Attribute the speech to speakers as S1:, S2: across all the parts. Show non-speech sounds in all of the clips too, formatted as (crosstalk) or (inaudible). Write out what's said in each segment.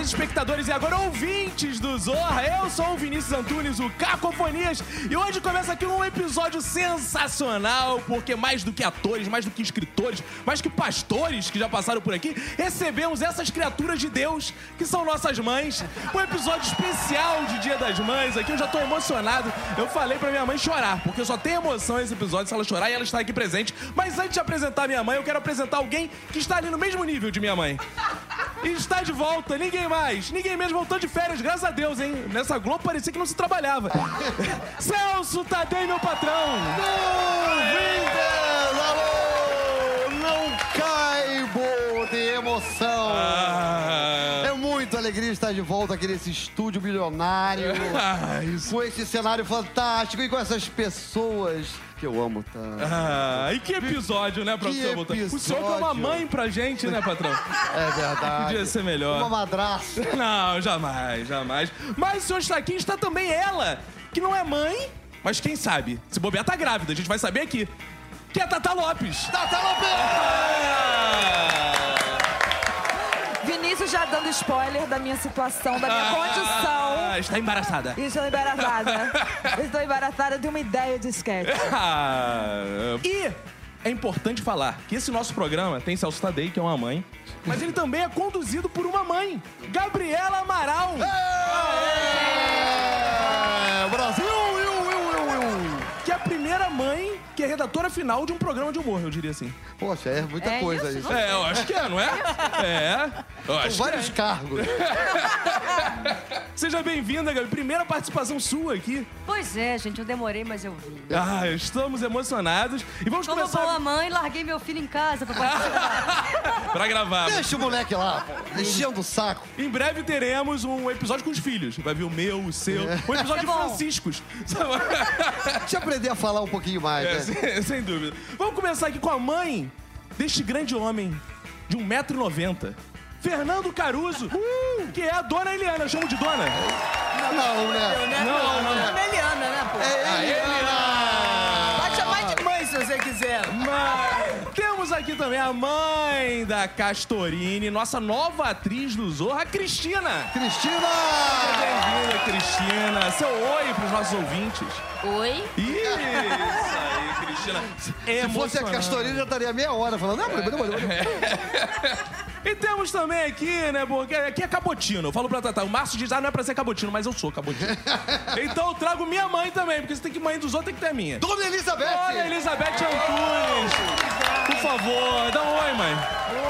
S1: espectadores e agora ouvintes do Zorra. Eu sou o Vinícius Antunes, o Cacofonias, e hoje começa aqui um episódio sensacional, porque mais do que atores, mais do que escritores, mais que pastores que já passaram por aqui, recebemos essas criaturas de Deus, que são nossas mães. Um episódio especial de Dia das Mães aqui, eu já tô emocionado. Eu falei pra minha mãe chorar, porque só tem emoção esse episódio se ela chorar e ela está aqui presente. Mas antes de apresentar minha mãe, eu quero apresentar alguém que está ali no mesmo nível de minha mãe. E está de volta, ninguém mais. Ninguém mesmo voltou de férias, graças a Deus, hein? Nessa Globo parecia que não se trabalhava. (laughs) Celso Tadei, meu patrão!
S2: Bem-vindas! Alô! Não caibo de emoção! É muito alegria estar de volta aqui nesse estúdio (laughs) milionário,
S1: Ah, isso.
S2: com esse cenário fantástico e com essas pessoas que eu amo tanto.
S1: Ah, e que episódio, né, professor
S2: Que
S1: Voltaire? O senhor que é uma
S2: episódio.
S1: mãe pra gente, né,
S2: (laughs)
S1: patrão?
S2: É verdade. (laughs)
S1: Podia ser melhor.
S2: Uma madraça.
S1: Não, jamais, jamais. Mas o senhor está aqui, está também ela, que não é mãe, mas quem sabe? Se bobear, tá grávida, a gente vai saber aqui. Que é Tata Lopes. Ah!
S2: Tata Lopes!
S3: Vinícius já dando spoiler da minha situação, da minha condição.
S1: Ah, está embaraçada.
S3: E estou
S4: (laughs)
S3: embaraçada. Estou embaraçada de uma ideia de Né, esquete.
S1: Ah, (laughs) e é importante falar que esse nosso programa tem Celso Tadei, que é uma mãe, mas ele também é conduzido por uma mãe, Gabriela Amaral.
S2: É, Brasil! eu, eu, eu, eu.
S1: Que é a primeira mãe que é redatora final de um programa de humor, eu diria assim.
S2: Poxa, é muita
S3: É
S2: coisa
S3: isso,
S2: isso.
S1: É, eu acho que é, não é? É. Eu acho que
S2: Vários cargos.
S1: é. Seja bem-vinda, Gabi. Primeira participação sua aqui.
S5: Pois é, gente, eu demorei, mas eu vim.
S1: Ah, estamos emocionados. E vamos
S5: Como boa
S1: começar
S5: mãe, larguei meu filho em casa pra participar.
S1: pra gravar.
S2: Deixa o moleque lá, enchendo o saco.
S1: Em breve teremos um episódio com os filhos. Vai vir o meu, o seu. Um episódio
S5: É
S1: de
S5: bom.
S1: Franciscos. (laughs) Sabe?
S2: Deixa eu aprender a falar um pouquinho mais,
S1: É, (laughs)
S2: né?
S1: sem, sem dúvida. Vamos começar aqui com a mãe deste grande homem de 1,90m. Fernando Caruso, que é a dona Eliana. Eu chamo de dona.
S2: Não, né?
S1: Não, não.
S6: Chama Eliana, né, pô?
S2: É ele,
S6: Pode chamar de mãe se você quiser.
S1: Mas temos aqui também a mãe da Castorini, nossa nova atriz do Zorra, a Cristina.
S2: Cristina!
S1: Bem-vinda, Cristina. Seu oi pros nossos ouvintes.
S5: (laughs) Oi?
S1: Isso aí, Cristina. É
S2: Se fosse a Castorina, já estaria meia hora falando. Não, mas- mas- mas- mas-
S1: E temos também aqui, né, porque aqui é cabotino. Eu falo pra Tatá, o Márcio diz, ah, não é pra ser cabotino, mas eu sou cabotino. então eu trago minha mãe também, porque se tem que mãe dos outros, tem que ter minha.
S2: Dona
S1: Olha,
S2: Elizabeth!
S1: Elizabeth Antunes! Por favor, dá um oi, mãe.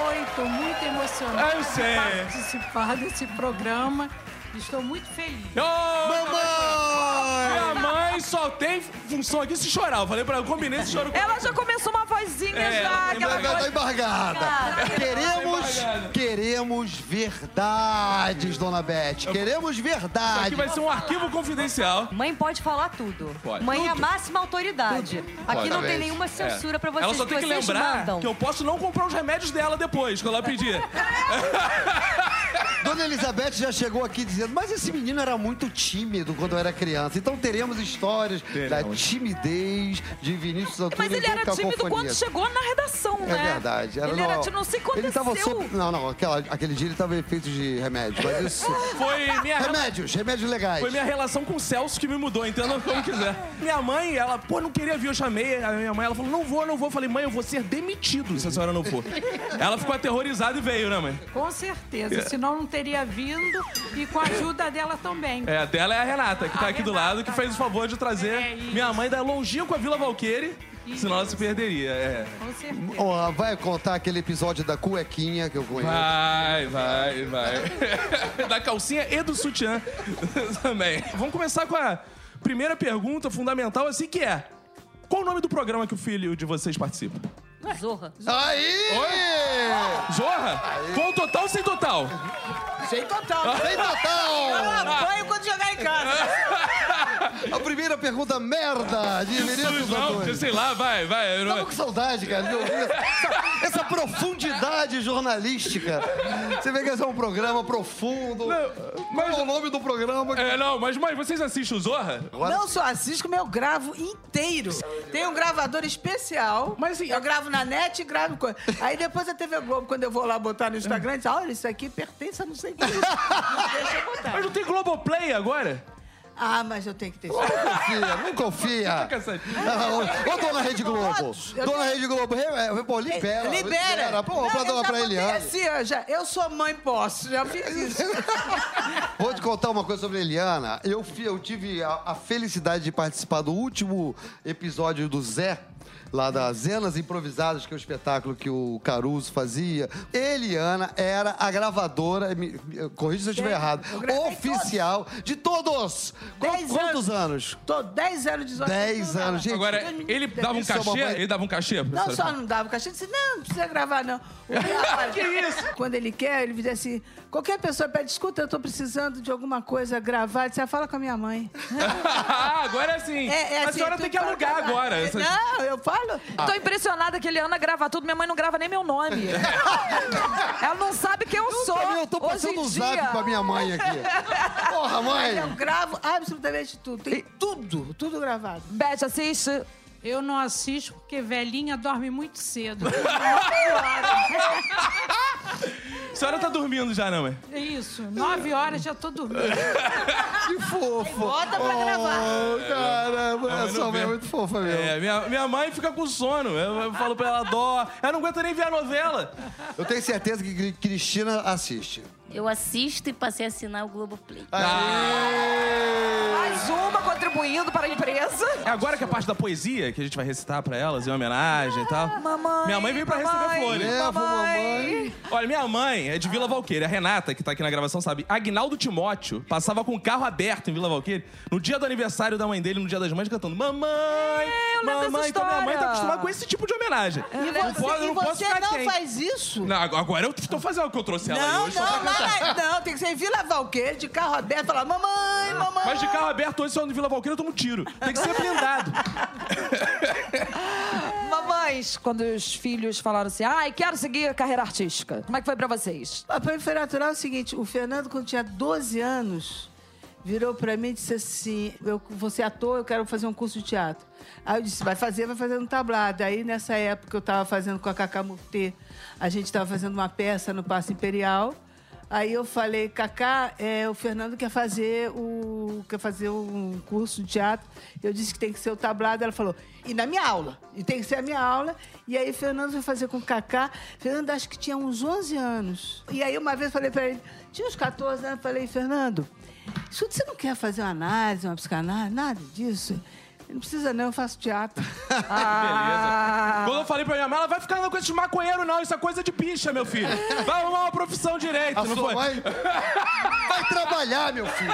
S4: Oi, estou muito emocionada
S1: Eu sei.
S4: de participar desse programa. Estou muito feliz.
S2: um
S1: Ô,
S2: Mamãe!
S1: minha mãe só tem função aqui se chorar. Eu falei pra ela, eu combinei esse choro com
S3: Ela já começou uma vozinha
S1: É,
S3: já, aquela
S2: Ela tá
S3: coisa.
S2: embargada. Queremos,
S1: embargada.
S2: queremos verdades, Dona Beth. Queremos
S1: Aqui
S2: verdade.
S1: vai ser um arquivo confidencial.
S5: Mãe pode falar tudo.
S1: Pode.
S5: Mãe é a máxima autoridade. Aqui não tem
S2: Exatamente.
S5: nenhuma é censura pra vocês.
S1: É. ela só tem que
S5: vocês
S1: lembrar
S5: mandam.
S1: que eu posso não comprar os remédios dela depois, quando ela pedir.
S2: Dona Elizabeth já chegou aqui dizendo, mas esse menino era muito tímido quando eu era criança. Então teremos histórias da
S1: Teremos.
S2: timidez de Vinícius Antunes.
S3: Mas ele
S2: do
S3: era tímido
S2: Cacofonias.
S3: quando chegou na redação,
S2: É
S3: né?
S2: verdade.
S3: ele era tímido, não sei o que
S2: Ele tava
S3: aconteceu.
S2: sob- Não, não, aquela- aquele dia ele tava em efeito de remédio. Mas isso.
S1: Foi minha
S2: remédios, remédios legais.
S1: Foi minha relação com o Celso que me mudou, entenda como quiser. (laughs) Minha mãe, ela, pô, não queria vir, eu chamei a minha mãe, ela falou, não vou, não vou. Eu falei, mãe, eu vou ser demitido se a senhora não for. (laughs) Ela ficou aterrorizada e veio, né, mãe?
S4: Com
S2: É.
S4: certeza, senão não teria vindo e com a ajuda dela também.
S1: É, a dela é a Renata, que tá
S4: A
S1: aqui do
S4: Renata,
S1: lado, que
S4: tá
S1: fez o favor de trazer
S4: É isso.
S1: minha mãe da longínqua Vila Valqueire, senão ela se perderia. É.
S4: Com certeza.
S2: Ó, vai contar aquele episódio da cuequinha que eu conheço.
S1: Vai, vai, vai. (laughs) da calcinha e do sutiã (laughs) também. Vamos começar com a primeira pergunta fundamental, assim que é. Qual o nome do programa que o filho de vocês participa?
S5: (laughs) Zorra.
S2: Aí! Oi!
S1: Zorra? Com total ou sem total?
S6: Sem total.
S2: Sem total!
S6: Toma banho quando chegar em casa.
S2: A primeira pergunta merda de Vinícius
S1: não,
S2: Antunes.
S1: sei lá, vai, vai.
S2: Tava com saudade, cara. de ouvir Essa, essa a profundidade jornalística. Você vê que esse é um programa profundo. Qual é o nome do programa?
S1: É, não, mas mãe, vocês assistem o Zorra?
S2: Agora-
S6: Não só assisto, como eu gravo inteiro.
S2: é
S6: Tem um gravador especial.
S1: Mas, assim,
S6: eu gravo na net e gravo coisa. Aí depois a TV Globo, quando eu vou lá botar no Instagram, diz: olha, isso aqui pertence a não
S2: (laughs)
S6: sei quem. Não deixa eu botar.
S1: Mas não tem Globoplay agora?
S6: Ah, mas eu tenho que ter. isso.
S2: Confia, não
S6: Ah.
S2: confia.
S1: cansado.
S2: Ô, ô, dona Rede Globo.
S6: Eu
S2: Dona Rede Globo, re- é, pô, libera.
S6: Libera!
S2: Pô, pra,
S6: eu
S2: pra,
S6: já
S2: pra
S6: botei
S2: Eliane.
S6: assim, ó, já. Eu sou mãe, posso. Já fiz
S2: (laughs)
S6: isso.
S2: Vou te contar uma coisa sobre a Eliana. Eu, fi- eu tive a, a felicidade de participar do último episódio do Zé. Lá das Zenas Improvisadas, que é o espetáculo que o Caruso fazia. Eliana era a gravadora, me- me- corrija se eu estiver errado,
S6: eu gravei
S2: oficial de todos! Qu-
S6: Dez
S2: quantos anos?
S6: Tô 10 anos de isolamento.
S2: 10
S6: não dava.
S2: anos, gente.
S1: Agora,
S6: Deus me-
S1: ele dava um
S2: Isso é uma
S1: cachê?
S2: mãe-
S1: Ele dava um cachê?
S6: Não
S1: professora?
S6: só não dava cachê, disse, não, não precisa gravar, não. O
S1: (laughs)
S6: rapaz, que isso? Quando ele quer, ele diz assim, qualquer pessoa pede, escuta, eu tô precisando de alguma coisa gravar. Você fala com a minha mãe.
S1: Ah, (laughs) agora sim.
S6: É, é
S1: (laughs) a
S6: assim,
S1: senhora
S6: tu
S1: tem que
S6: fala
S1: alugar
S6: com a-
S1: agora. Essas-
S6: Não, eu falo.
S2: ah.
S3: Tô impressionada que Eliana grava tudo, minha mãe não grava nem
S2: (laughs)
S3: meu nome. Ela não sabe quem eu sou.
S2: Eu tô
S3: Hoje
S2: passando
S3: em
S2: um zap
S3: dia.
S2: com a minha mãe aqui. Porra, mãe!
S6: Eu gravo absolutamente tudo. Tem tudo, tudo gravado.
S3: Beth, assiste.
S4: Eu não assisto porque velhinha dorme muito cedo.
S1: A senhora tá dormindo já, não, mãe?
S4: É Isso, nove horas já tô dormindo.
S2: Que fofo!
S6: Bota pra gravar.
S2: Oh, caramba,
S1: mas
S2: essa
S1: não
S2: mãe é
S1: vê.
S2: muito fofa mesmo.
S1: É, minha, minha mãe fica com sono. Eu, eu falo pra ela, dó. Ela não aguenta nem ver a novela.
S2: Eu tenho certeza que Cri- Cristina assiste.
S7: Eu assisto e passei a assinar o Globoplay.
S3: Mais uma contribuindo para a empresa.
S1: É agora que é a parte da poesia que a gente vai recitar pra elas em homenagem e tal.
S3: Mamãe,
S1: Minha mãe veio pra
S3: mamãe.
S1: receber flores.
S2: Leva, mamãe.
S1: Olha, minha mãe é de Vila Valqueira. A Renata, que tá aqui na gravação, sabe. Agnaldo Timóteo passava com o carro aberto em Vila Valqueira no dia do aniversário da mãe dele, no dia das mães, cantando Mamãe!
S6: É,
S3: eu lembro dessa
S1: mamãe! Então minha mãe tá
S3: história.
S1: acostumada com esse tipo de homenagem.
S6: E
S1: não
S6: você
S1: posso, eu
S6: e
S1: não posso
S6: você
S1: ficar
S6: não
S1: quente.
S6: faz isso?
S1: Não, agora eu estou fazendo o que eu trouxe ela aí
S6: Não,
S1: hoje. só pra
S6: não,
S1: cantar.
S6: não, não, tem que ser em Vila Valqueira, de carro aberto, falar, mamãe,
S1: Ah,
S6: mamãe.
S1: Mas de carro aberto hoje, se eu no Vila Valqueira, eu tomo um tiro. Tem que ser
S6: (laughs)
S1: blindado.
S3: Mamães, quando os filhos falaram assim, ai, quero seguir a carreira artística. Como é que foi pra vocês?
S6: Mas pra mim foi natural o seguinte: o Fernando, quando tinha 12 anos, virou pra mim e disse assim: eu, Você é ator, eu quero fazer um curso de teatro. Aí eu disse: Vai fazer, vai fazer no tablado. Aí nessa época eu tava fazendo com a Cacá Murtê, a gente tava fazendo uma peça no Passo Imperial. Aí eu falei, Cacá, é, o Fernando quer fazer, o, quer fazer um curso de teatro. Eu disse que tem que ser o tablado. Ela falou, e na minha aula. E tem que ser a minha aula. E aí o Fernando foi fazer com o Cacá. Fernando acho que tinha uns 11 anos. E aí uma vez eu falei para ele, tinha uns 14 anos. Eu falei, Fernando, escuta, você não quer fazer uma análise, uma psicanálise, nada disso? Não precisa não, eu faço teatro.
S1: Beleza. Quando eu falei pra minha mãe, ela vai ficar andando com esses maconheiros, não. Isso é coisa de bicha, meu filho. Vai arrumar uma profissão direito,
S2: A
S1: não
S2: sua
S1: Ah, foi? (laughs)
S2: mãe vai trabalhar, meu filho.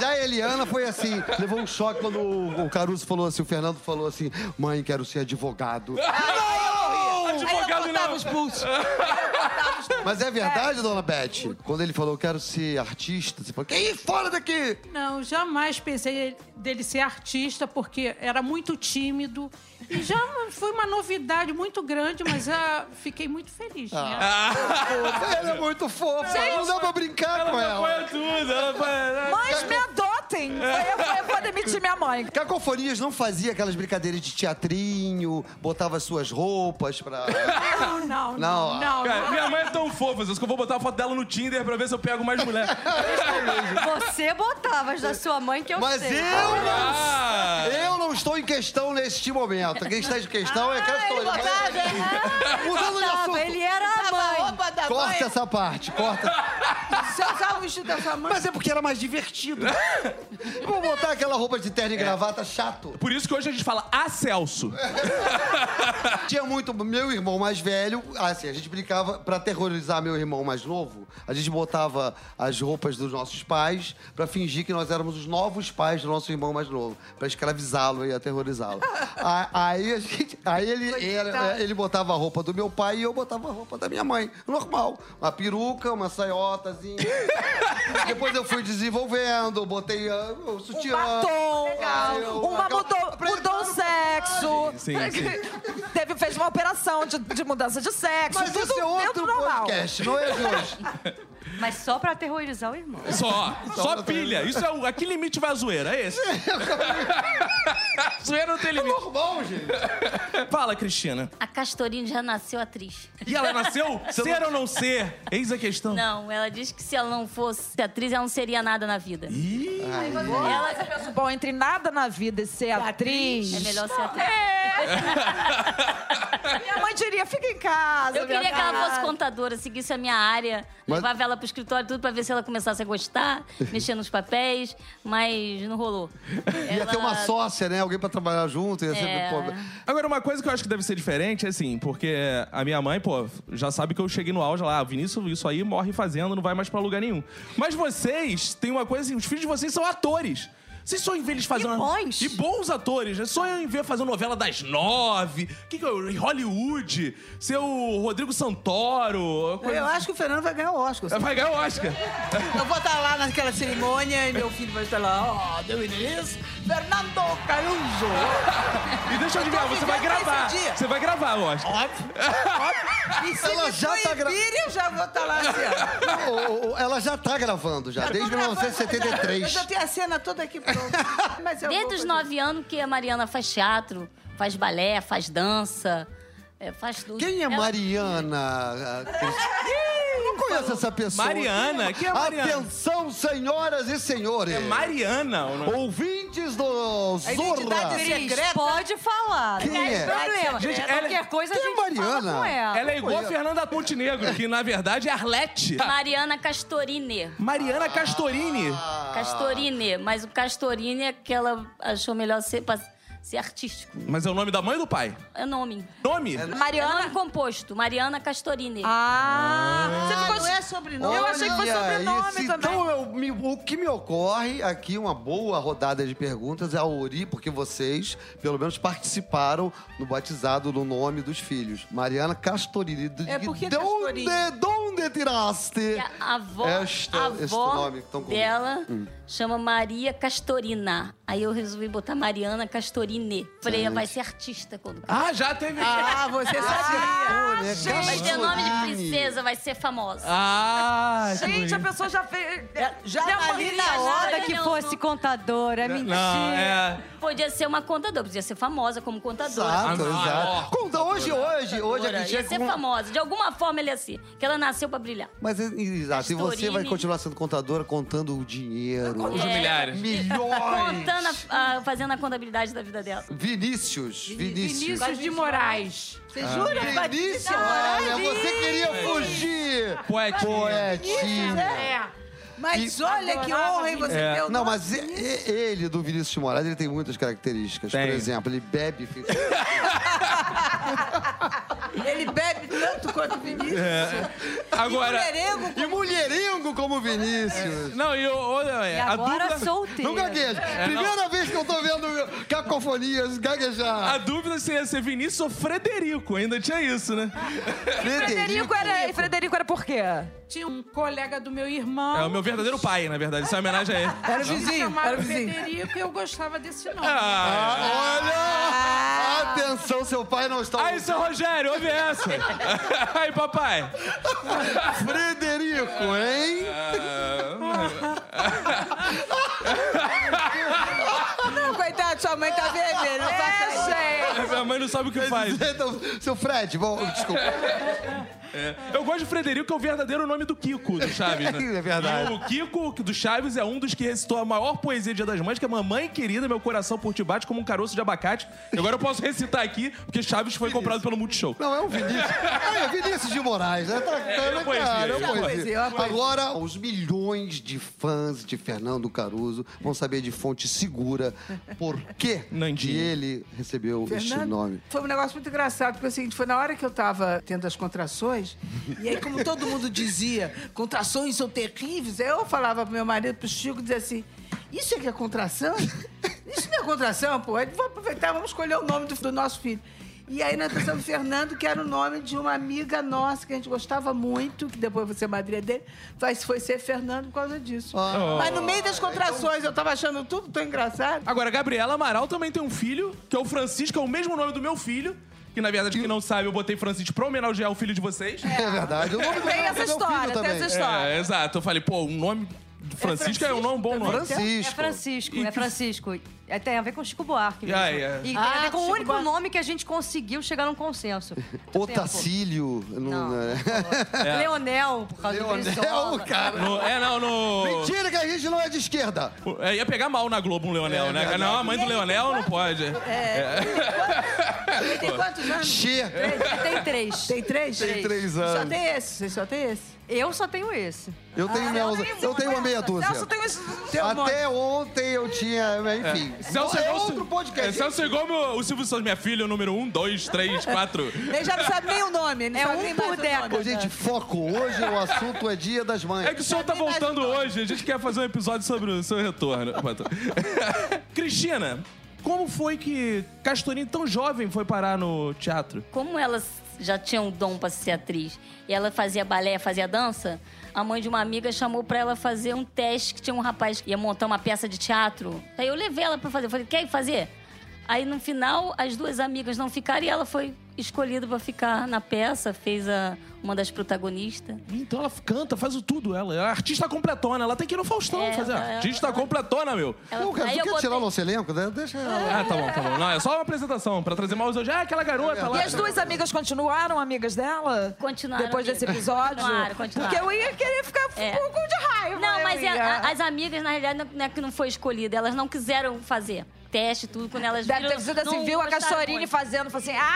S2: Já a Eliana foi assim, levou um choque quando o o Caruso falou assim, o Fernando falou assim, mãe, quero ser advogado.
S1: Advogado não.
S2: Mas é verdade, dona Beth? Quando ele falou, quero ser artista, você falou, que isso, fora daqui!
S4: Não, jamais pensei dele ser artista, porque era muito tímido. E já foi uma novidade muito grande, mas ah, fiquei muito feliz. né?
S1: Ah,
S2: Ela é muito fofa, não dá pra brincar com
S1: Ela
S2: ela.
S1: apoia tudo. Ela apoia... né?
S3: Mães, me adotem!
S2: (laughs)
S3: Eu, eu- eu vou demitir minha mãe.
S2: Cacofonias não fazia aquelas brincadeiras de teatrinho, botava suas roupas pra.
S4: Não,
S2: Não,
S4: não, não. não,
S1: Cara, minha mãe é tão fofa, Zé, que eu vou botar a foto dela no Tinder pra ver se eu pego mais mulher.
S5: Você botava as da sua mãe que eu
S2: Mas
S5: sei.
S2: eu não.
S1: Ah!
S2: Eu não estou em questão neste momento. Quem está em questão é Castor. (laughs) Mudando de
S5: Botava,
S2: assunto.
S5: ele era a
S6: A
S5: mãe.
S6: roupa da mãe,
S2: Corta essa parte, corta.
S6: você usava o vestido da sua mãe.
S2: Mas é porque era mais divertido. Vou botar aquela roupa de terno e gravata chato.
S1: Por isso que hoje a gente fala a Celso.
S2: Tinha muito. Meu irmão mais velho, assim, a gente brincava pra terrorizar meu irmão mais novo. A gente botava as roupas dos nossos pais pra fingir que nós éramos os novos pais do nosso irmão mais novo, Pra escravizá-lo e aterrorizá-lo.
S3: (laughs)
S2: A- aí a gente, aí ele, era- é, ele
S3: (laughs)
S2: botava a roupa do meu pai e eu botava a roupa da minha mãe. Normal, uma peruca, uma saiotazinha, Depois eu fui desenvolvendo, botei ah, o
S3: Um
S2: sutiã.
S3: batom,
S2: Legal.
S3: uma
S2: Aquela-
S3: mudou, mudou o sexo.
S1: Sim, sim.
S3: (laughs) Teve, fez uma operação de, de mudança de sexo.
S2: Mas
S3: tudo
S2: isso é outro
S3: dentro do normal.
S2: podcast, não é de hoje.
S8: Mas só pra aterrorizar o irmão.
S1: Só, só pilha. Isso é o, a que limite vai a zoeira? É esse? (laughs) zoeira não tem limite.
S2: Normal, gente.
S1: Fala, Cristina.
S5: A Castorinho já nasceu atriz.
S1: E ela nasceu ser ou não ser? Eis a questão.
S5: Não, ela diz que se ela não fosse atriz, ela não seria nada na vida.
S3: Ela bom, entre nada na vida e ser atriz.
S5: É melhor ser atriz.
S3: Minha mãe diria, fica em casa.
S5: Eu queria que ela fosse contadora, seguisse a minha área,
S2: Mas-
S5: levava ela pro escritório, tudo pra ver se ela começasse
S2: (laughs)
S5: a gostar, mexer nos papéis, mas não rolou.
S2: Ia ter uma
S5: Ela-
S2: sócia, né? Alguém pra trabalhar junto, ia ser...
S5: É.
S2: pô,
S1: Agora, uma coisa que eu acho que deve ser diferente é assim, porque a minha mãe, pô, já sabe que eu cheguei no auge lá, ah, Vinícius, isso aí morre fazendo, não vai mais pra lugar nenhum. Mas vocês têm uma coisa assim, os filhos de vocês são atores. Vocês sonham em ver eles fazendo.
S8: bons.
S1: E bons atores, né? Sonham em ver fazendo novela das nove, que que é o- em Hollywood, ser o Rodrigo Santoro. coisa-
S6: Eu acho que o Fernando vai ganhar o Oscar.
S1: (laughs)
S6: sabe?
S1: Vai ganhar o Oscar.
S6: Eu vou estar lá naquela cerimônia e meu filho vai estar lá, ó, deu isso. Fernando um Caruso.
S1: E deixa eu adivinhar,
S6: tô
S1: você vai
S6: vivendo esse
S1: gravar.
S6: dia.
S1: Você vai gravar, o Oscar.
S6: Óbvio. Óbvio. E se
S2: Ela
S6: me
S2: já tá
S6: proibirem,
S2: gra-
S6: eu já vou estar lá assim, ó.
S2: Ô, ô, ô, Ela já tá gravando, já, desde
S6: Eu
S2: 1973.
S6: já tenho a cena toda aqui pronta. Mas eu
S5: Desde
S6: vou
S5: os
S6: fazer.
S5: nove anos que a Mariana faz teatro, faz balé, faz dança, é, faz tudo.
S2: Quem é
S5: Ela-
S2: Mariana? a Cris- Eu não conheço essa pessoa.
S1: Mariana? Quem é Mariana?
S2: Atenção, senhoras e senhores.
S1: É Mariana, ou não?
S2: Ouvintes do
S6: A identidade
S2: Zorra.
S6: dele-
S8: Cris,
S6: Secreta?
S8: pode falar.
S2: Quem
S8: não tem
S2: é?
S8: problema.
S1: Gente, ela-
S8: Qualquer coisa a
S2: Quem é
S8: gente fala
S2: Mariana?
S8: com ela.
S1: Ela é igual a Fernanda Montenegro, que na verdade é Arlete.
S5: (laughs) Mariana Castorine.
S1: Mariana Castorini.
S2: Ah.
S5: Castorine, mas o Castorine é que ela achou melhor ser, pra ser artístico.
S1: Mas é o nome da mãe ou do pai?
S5: É nome.
S1: Nome?
S5: É
S3: Mariana.
S5: nome composto, Mariana Castorine.
S3: Ah, você ficou.
S6: Não é sobrenome.
S3: Eu achei que fosse
S2: Olha
S3: sobrenome
S2: esse-
S3: também.
S2: Então, eu me- o que me ocorre aqui, uma boa rodada de perguntas, é a Ori, porque vocês, pelo menos, participaram no batizado no nome dos filhos. Mariana Castorini. De-
S6: É, por que
S2: de onde,
S6: Castorini?
S2: de onde tiraste?
S5: E a avó,
S2: (laughs) Esta-
S5: a
S2: este
S5: avó
S2: nome tão comum. Hum.
S5: dela chama Maria Castorina. Aí eu resolvi botar Mariana Castorine. Falei, ela vai ser artista quando crescer.
S1: Ah, já teve.
S6: Ah, você sabia.
S2: Pô, né?
S5: Vai ter
S2: Castorini.
S5: nome de princesa, vai ser famosa.
S1: Ah, que
S3: Gente, a
S1: bonito.
S3: pessoa já fez.
S6: já tá
S3: deu uma
S6: ali na
S3: riada.
S5: tá hora
S8: Nada que
S5: Não,
S8: fosse
S5: não.
S8: contadora, é mentira.
S1: Não, é.
S5: Podia ser uma contadora, podia ser famosa como contadora.
S2: Exato,
S1: Ah, ó.
S2: exato. Conta, então hoje, hoje, hoje a
S5: Ia
S2: Cristina...
S5: ser
S2: com-
S5: famosa, de alguma forma ele ia ser. Que ela nasceu pra brilhar.
S2: Mas, e- e- exato, e você
S5: Castorini.
S2: vai continuar sendo contadora contando o dinheiro.
S1: Os
S5: É.
S1: milhares.
S2: Milhões.
S5: Contando, a- a- fazendo a contabilidade da vida dela.
S2: Vinícius, Vinícius.
S4: Vinícius de Moraes.
S6: Você
S2: Ah,
S6: jura?
S2: Vinícius, olha, É, você queria fugir.
S1: Poetinha.
S2: Poetinha.
S4: É.
S6: Mas olha que
S4: Adorava
S6: honra, hein? Você
S1: É.
S6: deu
S2: Não,
S6: nome.
S2: mas e- e- ele, do Vinícius de Moraes, ele tem muitas características.
S1: Tem.
S2: Por exemplo, ele bebe... fica-
S6: Ele bebe tanto quanto o Vinícius.
S1: Agora.
S6: Mulherengo,
S2: (laughs) E mulherengo como Vinícius.
S1: Não, e eu, olha,
S8: E
S1: a
S8: agora
S1: dúvida.
S3: É.
S8: solteira.
S2: Não gagueja. Primeira vez que eu tô vendo cacofonias
S1: A
S2: gaguejar.
S1: dúvida se ia ser Vinícius ou Frederico, ainda tinha isso, né?
S3: Frederico era. E Frederico era por quê?
S4: Tinha um colega do meu irmão.
S1: É o meu verdadeiro pai, na verdade. Isso é uma homenagem a ele.
S6: Era o vizinho,
S4: chamado
S6: era o vizinho.
S4: Frederico e eu gostava desse nome.
S1: Ah,
S2: Ah, Olha! Atenção, seu pai não está...
S1: aí, seu Rogério, ouve essa. (laughs) Aí, papai.
S2: Frederico, hein?
S6: Não, coitado, sua mãe tá vermelha. Não faça isso.
S1: Minha mãe não sabe o que faz.
S2: Então, seu Fred, bom, desculpa.
S1: Eu gosto de Frederico, que é o verdadeiro nome do Kiko, do Chaves, né?
S2: (laughs) É verdade.
S1: E o Kiko do Chaves é um dos que recitou a maior poesia de Dia das Mães, que é Mamãe querida, meu coração por ti bate como um caroço de abacate. E agora eu posso recitar aqui, porque Chaves foi comprado pelo Multishow.
S2: Não, é o Vinícius. Ah, é Vinícius de Moraes, né? Tá, é,
S1: é poesia,
S2: cara,
S1: é
S2: é poesia.
S6: poesia, é uma poesia.
S2: Agora, os milhões de fãs de Fernando Caruso vão saber de fonte segura por que
S1: Nandinho.
S2: que ele recebeu este nome.
S6: Foi um negócio muito engraçado, porque é o seguinte, foi na hora que eu tava tendo as contrações, e aí, como todo mundo dizia, contrações são terríveis, aí eu falava pro meu marido, pro Chico, dizia assim: Isso é que é contração? Isso não é contração, pô. Aí, Vamos aproveitar, vamos escolher o nome do, do nosso filho. E aí nós pensamos Fernando, que era o nome de uma amiga nossa que a gente gostava muito, que depois você é madrinha dele, mas foi ser Fernando por causa disso. Mas no meio das contrações, eu tava achando tudo tão engraçado.
S1: Agora, Gabriela Amaral também tem um filho, que é o Francisco, é o mesmo nome do meu filho. Que na verdade, quem não sabe, eu botei Francisco pra homenagear o filho de vocês.
S2: É verdade. O nome do
S3: Tem
S2: meu-
S3: essa
S2: do meu
S3: história,
S2: filho
S3: tem
S2: também.
S3: essa história.
S1: É, exato. Eu falei, pô, um nome. Francisco é, um nome bom nome.
S5: É
S2: Francisco.
S5: Francisco,
S1: E
S5: é
S1: que-
S5: Francisco. É, tem a ver com Chico Buarque. Mesmo.
S1: Ah, é.
S5: E tem
S6: Ah,
S5: a ver com o
S6: Chico
S5: único
S6: Buarque.
S5: nome que a gente conseguiu chegar num consenso.
S2: Otacílio. Não,
S5: Não.
S2: não é.
S5: Leonel, por causa do
S2: Leonel,
S5: Brizola.
S2: cara.
S1: No- é, não, no.
S2: Mentira que a gente não é de esquerda.
S1: É, ia pegar mal na Globo um Leonel,
S2: É,
S1: né?
S2: verdade.
S1: Não, a mãe do Leonel não pode.
S6: Ele tem quantos anos?
S2: Che.
S5: Ele Tem três.
S6: Tem três?
S5: Tem
S2: três
S6: Só
S2: anos.
S6: tem esse, você só tem esse.
S5: Eu só tenho esse.
S2: Eu tenho meus- Eu tenho uma meia dúzia.
S6: Celso tem esse. Tem um monte.
S2: Até ontem eu tinha. Enfim.
S1: Celso
S2: é
S1: igual o-
S2: outro
S1: É,
S2: podcast.
S1: Celso é igual meu- o Silvio Santos, minha filha, o número 1, 2, 3, 4.
S6: Ele já não sabe nem o nome. Ele não
S5: É
S6: sabe
S5: um
S6: nem mais
S5: por
S6: o nome.
S5: década.
S2: Ô, gente, foco. Hoje o assunto é Dia das Mães.
S1: É que o senhor tá
S6: Cadê mais
S1: voltando
S6: nome?
S1: hoje, a gente quer fazer um episódio sobre o seu retorno. (laughs) Pato. Cristina, como foi que Castorinho, tão jovem, foi parar no teatro?
S7: Como ela já tinha um dom pra ser atriz e ela fazia balé, fazia dança, a mãe de uma amiga chamou pra ela fazer um teste que tinha um rapaz que ia montar uma peça de teatro. Aí eu levei ela pra fazer, eu falei: "Quer fazer?" Aí no final as duas amigas não ficaram e ela foi escolhida pra ficar na peça, fez a uma das protagonistas.
S1: Então ela canta, faz o tudo, ela é artista completona, ela tem que ir no Faustão
S7: É,
S1: fazer
S7: ela-
S1: artista completona, meu.
S7: Ela-
S2: Não, cara,
S7: aí
S2: tu
S7: eu
S2: quer tirar o
S7: botei-
S2: nosso elenco? né? Deixa ela.
S1: Ah, tá bom, tá bom. Não, é só uma apresentação, pra trazer mais hoje. Ah, aquela garota
S3: E
S1: lá.
S3: as duas amigas continuaram amigas dela?
S7: Continuaram,
S3: Depois desse
S7: amigas.
S3: episódio?
S7: Continuaram, continuaram.
S3: Porque eu ia querer ficar
S7: É.
S3: com um pouco de raiva.
S7: Não,
S3: eu
S7: mas é,
S3: ia.
S7: a- a- as amigas, na realidade, não- não é que não foi escolhida. Elas não quiseram fazer teste, tudo, quando elas
S3: Deve ter sido assim,
S7: não
S3: viu a
S7: gostaram
S3: Castorini
S7: muito.
S3: fazendo, falou assim,
S7: Não,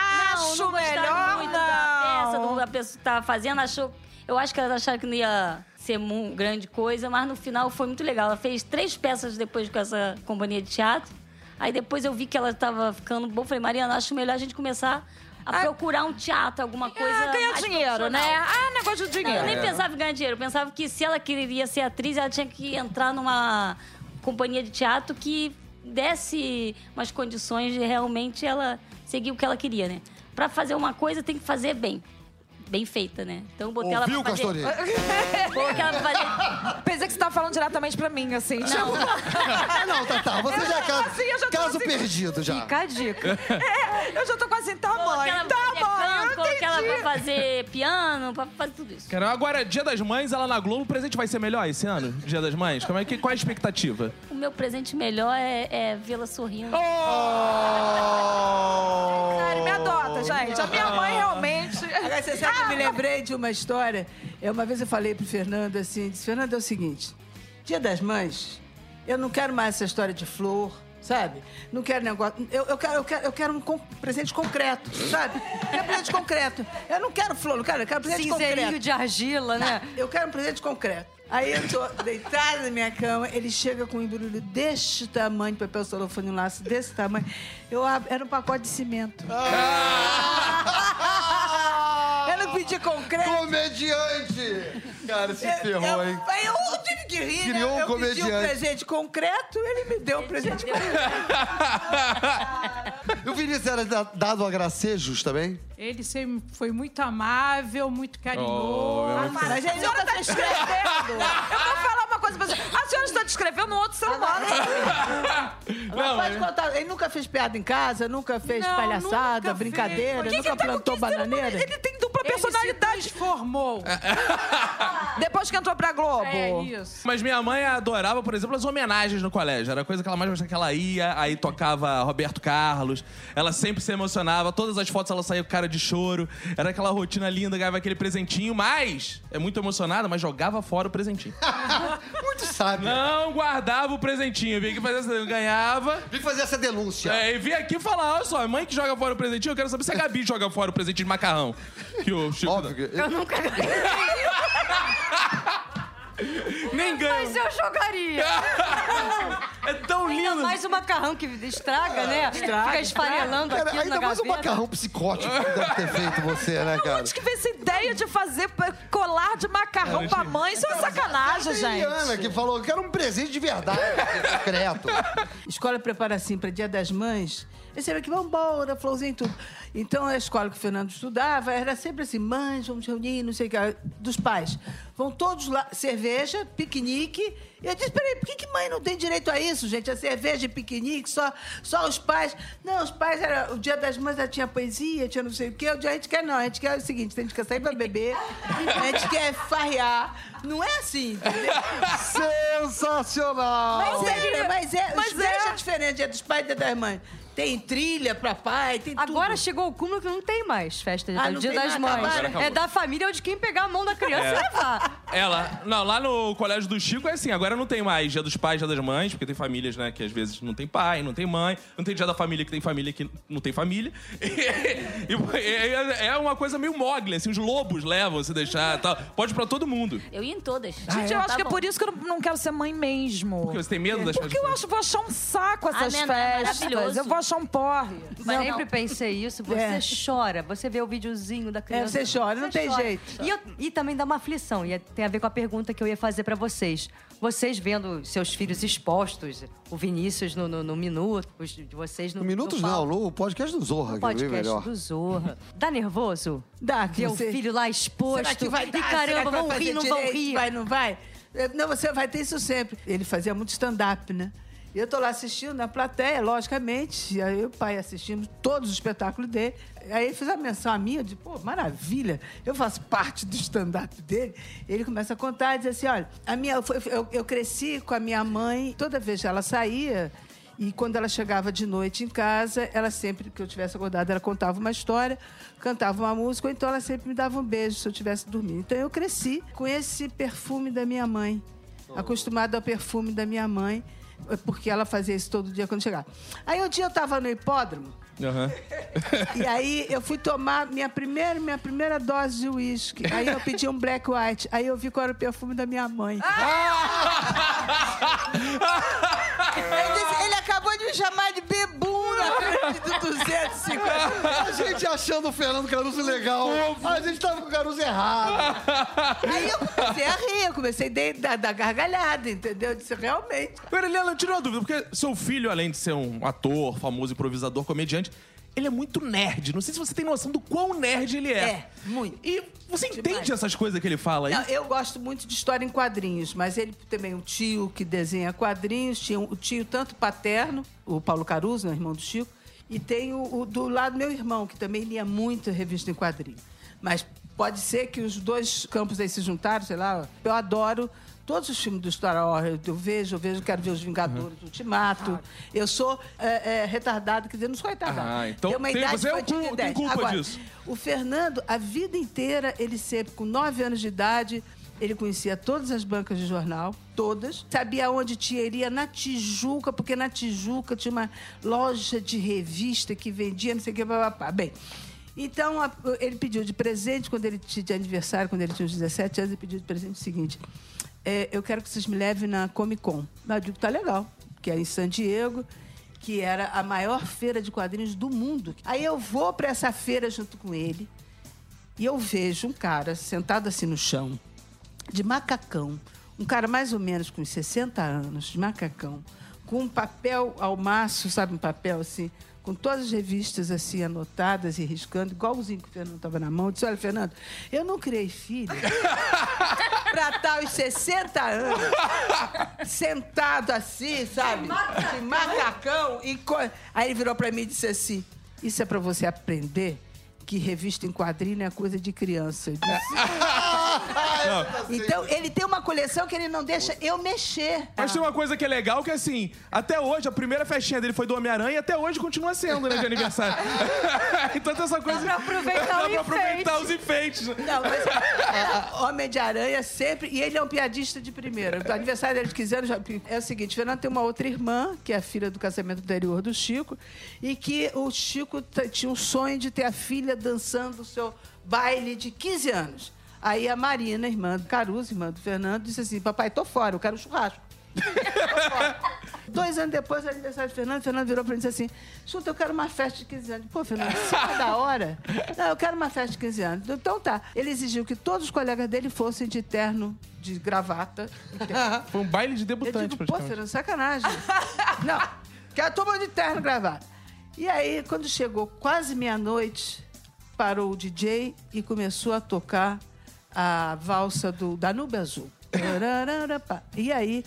S3: acho
S7: não gostaram
S3: melhor
S7: muito
S3: não.
S7: da peça, do, da pessoa que tava fazendo, achou... Eu acho que elas acharam que não ia ser mu- grande coisa, mas no final foi muito legal. Ela fez três peças depois com essa companhia de teatro. Aí depois eu vi que ela tava ficando boa. Falei, Mariana, acho melhor a gente começar
S3: Ah.
S7: a procurar um teatro, alguma coisa.
S3: Ah, ganhar
S7: mais
S3: dinheiro, né?
S7: profissional."
S3: Ah, negócio de
S7: Não,
S3: dinheiro.
S7: eu nem pensava em ganhar dinheiro. Eu pensava que se ela queria ser atriz, ela tinha que entrar numa companhia de teatro que desse umas condições de realmente ela seguir o que ela queria, né? Pra fazer uma coisa, tem que fazer bem. Bem feita, né? Então eu botei
S2: Ouviu,
S7: ela pra fazer...
S2: Castorinho?
S7: Coloquei ela
S3: (laughs) Tá
S7: pra fazer...
S3: (laughs) Pensei que você tava falando diretamente pra mim, assim. tipo,
S2: Ah, não, tá, tá. Você já é caso,
S3: assim, eu já tô
S2: caso
S3: assim.
S2: perdido já.
S5: Fica a dica.
S3: eu já tô quase assim, tá bom,
S7: Coloquei ela pra
S3: tá
S7: fazer
S3: bom,
S7: canto,
S3: eu entendi.
S7: coloquei ela pra fazer piano, pra fazer tudo isso.
S1: Cara, agora, Dia das Mães, ela na Globo, o presente vai ser melhor esse ano? Dia das Mães? Como é que, qual é a expectativa?
S7: O meu presente melhor é, é vê-la sorrindo.
S3: Oh. Sério, me adota, gente. A minha mãe realmente...
S6: Agora, você sabe, que
S3: Ah,
S6: eu me lembrei de uma história. Eu, uma vez eu falei pro Fernando assim, disse, Fernando, é o seguinte, dia das mães, eu não quero mais essa história de flor, sabe? Não quero negócio... Eu, eu quero, eu quero, eu quero um con- presente concreto, sabe? Eu quero presente concreto. Eu não quero flor, não quero, eu quero
S3: um
S6: presente
S5: Cinzeirinho
S6: concreto.
S5: de argila, né?
S6: Eu quero um presente concreto. Aí eu tô deitada na minha cama, ele chega com um embrulho deste tamanho, de papel celofane, um laço desse tamanho. Eu abro, era um pacote de cimento. Eu não pedi concreto.
S2: Ah, Comediante! Cara, se ferrou, hein?
S6: É, Eu, eu- eu tive que rir,
S2: Criou um
S6: né? Eu pedi um
S2: comediante.
S6: presente concreto, ele me deu um presente concreto.
S2: E o Vinícius era da- dado a gracejos também?
S4: Ele sempre foi muito amável, muito
S1: Oh,
S4: carinhoso.
S6: Mas a
S3: A
S6: gente
S3: senhora tá descrevendo. Eu vou falar uma coisa pra você. A senhora está descrevendo um outro ser humano.
S6: Mas
S1: (laughs) Não,
S6: pode
S1: é-
S6: contar, ele nunca fez piada em casa, nunca fez
S4: Não,
S6: palhaçada,
S4: nunca fez.
S6: brincadeira,
S4: Por
S3: Que que
S6: nunca
S3: tá com
S6: plantou
S3: que ser humano?
S6: bananeira.
S3: Ele tem dupla
S4: Ele
S3: personalidade É.
S4: se transformou.
S3: depois que entrou pra Globo.
S4: É isso.
S1: Mas minha mãe adorava, por exemplo, as homenagens no colégio. Era a coisa que ela mais gostava que ela ia, aí tocava Roberto Carlos. Ela sempre se emocionava, todas as fotos ela saía com cara de choro. Era aquela rotina linda, ganhava aquele presentinho, mas é muito emocionada, mas jogava fora o presentinho.
S2: Muito
S1: (laughs)
S2: sábio.
S1: Não guardava o presentinho, vinha aqui fazer essa, ganhava.
S2: Vim fazer essa denúncia.
S1: É, e vim aqui falar, olha só, mãe que joga fora o presentinho, eu quero saber se a Gabi joga fora o presente de (laughs) macarrão. Que o Chico dá.
S2: Óbvio que...
S7: Eu nunca...
S1: Nem ganham.
S5: Mas eu jogaria.
S1: (laughs) É tão
S5: Ainda
S1: lindo.
S5: mais o macarrão que estraga,
S3: Ah,
S5: né? Fica esfarelando
S2: Cara,
S5: aqui na
S2: ainda mais um
S5: gaveta.
S2: macarrão psicótico que deve ter feito você, né, cara?
S3: Onde que vem essa ideia de fazer p- colar de macarrão pra mãe? Isso é uma sacanagem,
S2: Eliana,
S3: gente.
S2: que falou, quero um presente de verdade, (laughs) secreto.
S6: escola prepara assim para Dia das Mães. Aí você vê que vambora, florzinha e tudo. Então a escola que o Fernando estudava era sempre assim: mães, vamos reunir, não sei o que, dos pais. Vão todos lá, cerveja, piquenique. E eu disse: peraí, por que, que mãe não tem direito a isso, gente? A cerveja e piquenique, só, só os pais. Não, os pais, era, o dia das mães já tinha poesia, tinha não sei o quê. O dia a gente quer, não, a gente quer o seguinte: a gente quer sair pra beber, a gente quer farrear. Não é assim, entendeu?
S2: Sensacional!
S6: Mas é, mas é,
S3: Mas
S6: mas
S3: é.
S6: é diferente, é dos pais e das mães. Tem trilha pra pai, tem tudo.
S5: Agora chegou o cúmulo que não tem mais festa de
S6: Ah, não
S5: Dia
S6: tem
S5: das
S6: mais,
S5: Mães.
S6: acabaram.
S1: Agora
S5: É da família ou de quem pegar a mão da criança e levar.
S1: Ela, não, É, lá no colégio do Chico é assim, agora não tem mais dia dos pais, dia das mães, porque tem famílias, né, que às vezes não tem pai, não tem mãe, não tem dia da família que tem família que não tem família. (laughs) E, e- é- é uma coisa meio mogli, assim, os lobos levam se deixar e tal. Pode pra todo mundo.
S7: Eu ia em todas.
S3: Gente, eu acho
S7: Tá
S3: que é
S7: bom.
S3: por isso que eu não, não quero ser mãe mesmo.
S1: Porque você tem medo das
S3: Porque eu acho, vou achar um saco essas
S7: Ah, né, não, é
S3: festas.
S7: maravilhoso.
S3: eu vou achar um porre.
S7: Mas
S5: Sempre
S7: não.
S5: pensei isso. Você
S6: É.
S5: chora, você vê o videozinho da criança.
S6: É, você chora, não tem jeito.
S5: E, eu- e também dá uma aflição. E é- tem a ver com a pergunta que eu ia fazer pra vocês. Vocês vendo seus filhos expostos, o Vinícius no, no, no Minuto, os de vocês no
S2: No Minutos
S5: no
S2: não,
S5: palco,
S2: no podcast do Zorra,
S5: no
S2: que eu vi melhor.
S5: podcast do Zorra. Dá nervoso?
S6: Dá, que
S5: Ver o
S6: você-
S5: filho lá exposto.
S6: Será que vai dar?
S5: E
S6: Será que
S5: caramba,
S6: vai
S5: vão
S6: fazer
S5: rir, não vão
S6: direito?
S5: rir.
S6: Vai, não vai? Eh, Não, você vai ter isso sempre. Ele fazia muito stand-up, né? E eu tô lá assistindo na plateia, logicamente. E aí eu e o pai assistimos todos os espetáculos dele. Aí ele fez a menção a mim, eu disse, pô, maravilha, eu faço parte do stand-up dele. Ele começa a contar e diz assim: olha, a minha, eu, fui- eu- eu cresci com a minha mãe, toda vez que ela saía, e quando ela chegava de noite em casa, ela sempre que eu tivesse acordado, ela contava uma história, cantava uma música, ou então ela sempre me dava um beijo se eu tivesse dormindo. Então eu cresci com esse perfume da minha mãe, acostumado ao perfume da minha mãe, porque ela fazia isso todo dia quando chegava. Aí um dia eu estava no hipódromo,
S1: Aham.
S6: e aí eu fui tomar minha primeira, minha primeira dose de uísque. Aí eu pedi um black white. Aí eu vi qual era o perfume da minha mãe. Ah! Aí eu disse, ele acabou de me chamar de bebum na frente do 250.
S2: A gente achando o Fernando Caruso legal. A gente tava com o Caruso errado.
S6: Aí eu comecei a rir, eu comecei a de- dar, dar gargalhada, entendeu? Eu disse, realmente.
S1: Agora, Helena, eu tirei uma dúvida, porque seu filho, além de ser um ator, famoso improvisador, comediante, ele é muito nerd. Não sei se você tem noção do quão nerd ele é.
S6: É, muito.
S1: E você entende essas coisas que ele fala aí?
S6: Não, eu gosto muito de história em quadrinhos, mas ele também é um tio que desenha quadrinhos, tinha um- o tio tanto paterno, o Paulo Caruso, né, irmão do Chico, e tem o, o do lado meu irmão, que também lia muito revista em quadrinhos. Mas pode ser que os dois campos aí se juntaram, sei lá. Eu adoro todos os filmes do Star Wars. Eu- Eu vejo, eu vejo, eu quero ver Os Vingadores, Ultimato. Eu sou é, é, retardado, quer dizer, não sou retardado.
S1: Ah, então
S6: Tá Tem uma
S1: tem-
S6: idade
S1: você é o
S6: infantil de
S1: cul- tem
S6: 10.
S1: culpa
S6: Agora,
S1: disso.
S6: o Fernando, a vida inteira, ele sempre, com nove anos de idade, ele conhecia todas as bancas de jornal, todas. Sabia onde tinha, ele ia na Tijuca, porque na Tijuca tinha uma loja de revista que vendia, não sei o que, papapá. Bem, então a- ele pediu de presente, quando ele tinha de aniversário, quando ele tinha uns 17 anos, ele pediu de presente o seguinte: é, Eu quero que vocês me levem na Comic Con. Eu digo, tá legal, que é em San Diego que era a maior feira de quadrinhos do mundo. Aí eu vou para essa feira junto com ele e eu vejo um cara sentado assim no chão, de macacão, um cara mais ou menos com uns 60 anos, de macacão, com um papel ao maço, sabe, um papel assim, com todas as revistas assim anotadas e riscando, igualzinho que o Fernando estava na mão. Eu disse: Olha, Fernando, eu não criei filho para estar aos 60 anos sentado assim, sabe? De macacão. E co- Aí ele virou pra mim e disse assim: Isso é pra você aprender que revista em quadrinho é coisa de criança. Eu disse, então, ele tem uma coleção que ele não deixa eu mexer.
S1: Mas tem uma coisa que é legal que assim, até hoje, a primeira festinha dele foi do Homem-Aranha e até hoje continua sendo, né, de aniversário. (laughs) então tem essa coisa.
S5: pra aproveitar
S1: Dá
S5: o
S1: pra aproveitar os enfeites.
S6: Não, mas é, Homem de Aranha sempre. E ele é um piadista de primeira. O aniversário dele de 15 anos já- é o seguinte: Fernando tem uma outra irmã, que é a filha do casamento anterior do Chico, e que o Chico t- tinha um sonho de ter a filha dançando o seu baile de 15 anos. Aí a Marina, irmã do Caruso, irmã do Fernando, disse assim: Papai, tô fora, eu quero um churrasco. Tô fora. Dois anos depois, era aniversário do Fernando, o Fernando virou pra mim e disse assim: Escuta, eu quero uma festa de 15 anos. Pô, Fernando, cima da hora? Não, eu quero uma festa de 15 anos. Então tá. Ele exigiu que todos os colegas dele fossem de terno, de gravata.
S1: Foi um baile de
S6: Eu
S1: debutante,
S6: digo, pô, Fernando, sacanagem. Não, quero tomar de terno gravar. E aí, quando chegou quase meia-noite, parou o DJ e começou a tocar a valsa do Danube Azul. Tarararapá. E aí,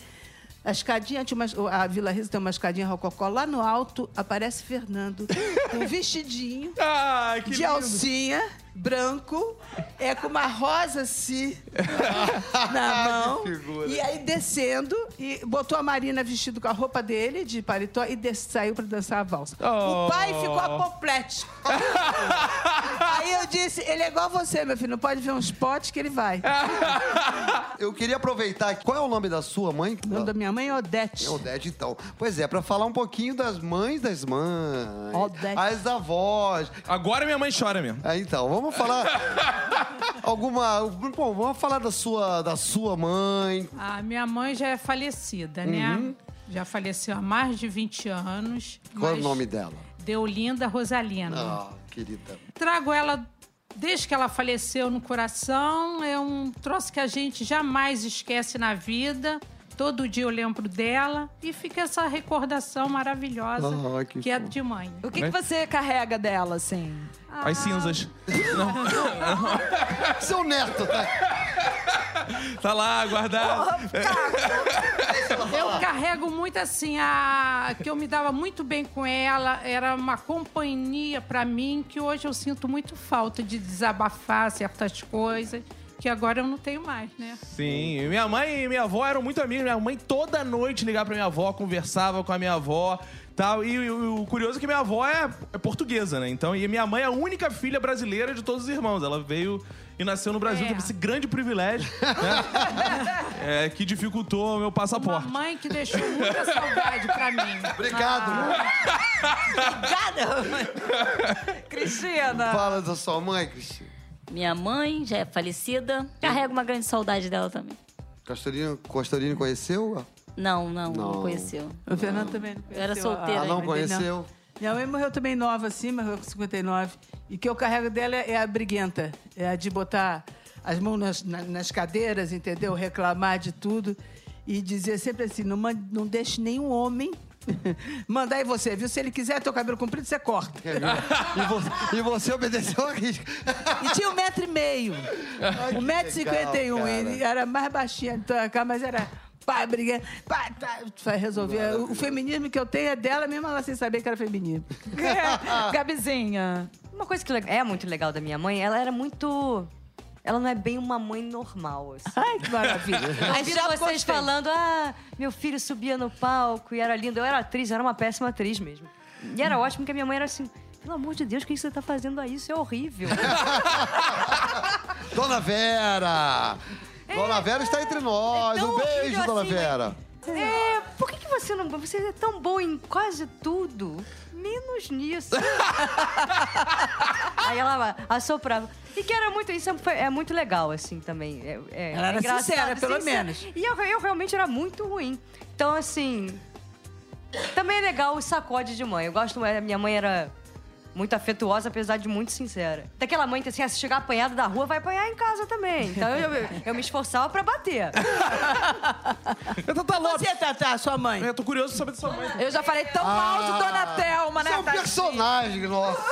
S6: a escadinha, tinha uma- a Vila Risa tem uma escadinha rococó. Lá no alto, aparece Fernando, com um vestidinho
S1: Ah, que
S6: de alcinha, branco, é com uma rosa assim (laughs) na mão.
S2: figura.
S6: E aí descendo, e botou a Marina vestido com a roupa dele, de paletó, e des- saiu pra dançar a valsa.
S1: Oh.
S6: O pai
S1: (laughs)
S6: ficou apoplético. aí eu disse, ele é igual você, meu filho, não pode ver um spot que ele vai.
S2: Eu queria aproveitar. Qual é o nome da sua mãe?
S6: O nome da minha mãe é Odete.
S2: É Odete, então. Pois é, pra falar um pouquinho das mães das mães.
S6: Odete.
S2: As avós.
S1: Agora minha mãe chora mesmo.
S2: Ah, então, vamos falar alguma... Bom, vamos falar da sua, da sua mãe.
S4: A minha mãe já é falecida, né? Já faleceu há mais de 20 anos.
S2: Uhum. Qual é o
S4: mas
S2: nome dela?
S4: Deolinda Rosalina.
S2: Ah, querida.
S4: Trago ela desde que ela faleceu no coração. É um troço que a gente jamais esquece na vida. Todo dia eu lembro dela e fica essa recordação maravilhosa
S2: Ah, que
S4: que, é
S2: fofo.
S4: de mãe.
S3: O
S6: Né?
S3: que, que você carrega dela,
S6: (laughs)
S3: assim? (laughs)
S1: As
S6: Ah.
S1: cinzas.
S2: Seu neto, tá?
S1: Tá lá, guardado.
S4: Eu carrego muito assim a que eu me dava muito bem com ela, era uma companhia pra mim que hoje eu sinto muito falta de desabafar certas coisas que agora eu não tenho mais, né?
S1: Sim, e minha mãe e minha avó eram muito amigas. Minha mãe toda noite ligava pra minha avó, conversava com a minha avó tal. E, e o curioso é que minha avó é, é portuguesa, né? Então, e minha mãe é a única filha brasileira de todos os irmãos. Ela veio e nasceu no Brasil,
S4: É.
S1: teve esse grande privilégio, né? É, que dificultou o meu passaporte.
S4: Uma mãe que deixou muita saudade pra mim.
S2: Obrigado.
S6: Ah.
S3: Cristina!
S2: Fala da sua mãe, Cristina.
S7: Minha mãe já é falecida. Carrego uma grande saudade dela também.
S2: Castorino, Castorino conheceu?
S7: Não, não, não,
S2: Não.
S7: conheceu.
S6: O Fernando também não conheceu.
S7: era solteira
S6: a- a
S2: Ela Ah, não
S6: mãe dele,
S2: conheceu?
S6: Minha mãe morreu também nova, assim, morreu com 59. E o que eu carrego dela é a briguenta. É a de botar as mãos nas, na- nas cadeiras, entendeu? Reclamar de tudo. E dizer sempre assim, não, man- não deixe nenhum homem (laughs) mandar em você, viu? Se ele quiser teu cabelo comprido, você corta.
S2: E você, e você obedeceu a risca.
S6: E tinha um metro e meio.
S2: (laughs) Ai,
S6: Um
S2: que
S6: metro e cinquenta e um.
S2: legal, cara.
S6: Ele era mais baixinho do cá, mas era... Pá, briguenta, pá, tá, vai resolver. O, o feminismo que eu tenho é dela mesmo, ela sem saber que era feminismo.
S3: Gabizinha.
S5: Uma coisa que le- é muito legal da minha mãe, ela era muito. Ela não é bem uma mãe normal, assim.
S6: Ai, que maravilha.
S5: Aí vira vocês falando, ah, meu filho subia no palco e era lindo. Eu era atriz, eu era uma péssima atriz mesmo. E era ótimo que a minha mãe era assim, pelo amor de Deus, o que você tá fazendo aí? Isso é horrível.
S2: (laughs) Dona Vera! Dona Vera está entre nós.
S5: é tão
S2: um beijo,
S5: horrível
S2: Dona
S5: assim,
S2: Vera.
S5: é, por que, que você não... Você é tão boa em quase tudo, menos
S6: (laughs)
S5: nisso. aí ela assoprava. E que era muito... Isso é, foi- é muito legal, assim, também. É, é-
S6: Ela
S5: é
S6: era
S5: engraçado,
S6: sincera, pelo menos.
S5: E eu, eu realmente era muito ruim. Então, assim... Também é legal o sacode de mãe. Eu gosto... é, Minha mãe era... Muito afetuosa, apesar de muito sincera. Daquela mãe que, assim, ah, se chegar apanhada da rua, vai apanhar em casa também. Então, eu, eu, eu me esforçava pra bater.
S1: É Tata Lopes.
S6: Você, Tatá, sua mãe?
S1: Eu tô curioso pra saber da sua mãe.
S3: Eu já falei
S6: Ah.
S3: tão mal de Dona Thelma, né,
S2: Você é um
S5: tá
S3: tadinha?
S2: personagem, nossa.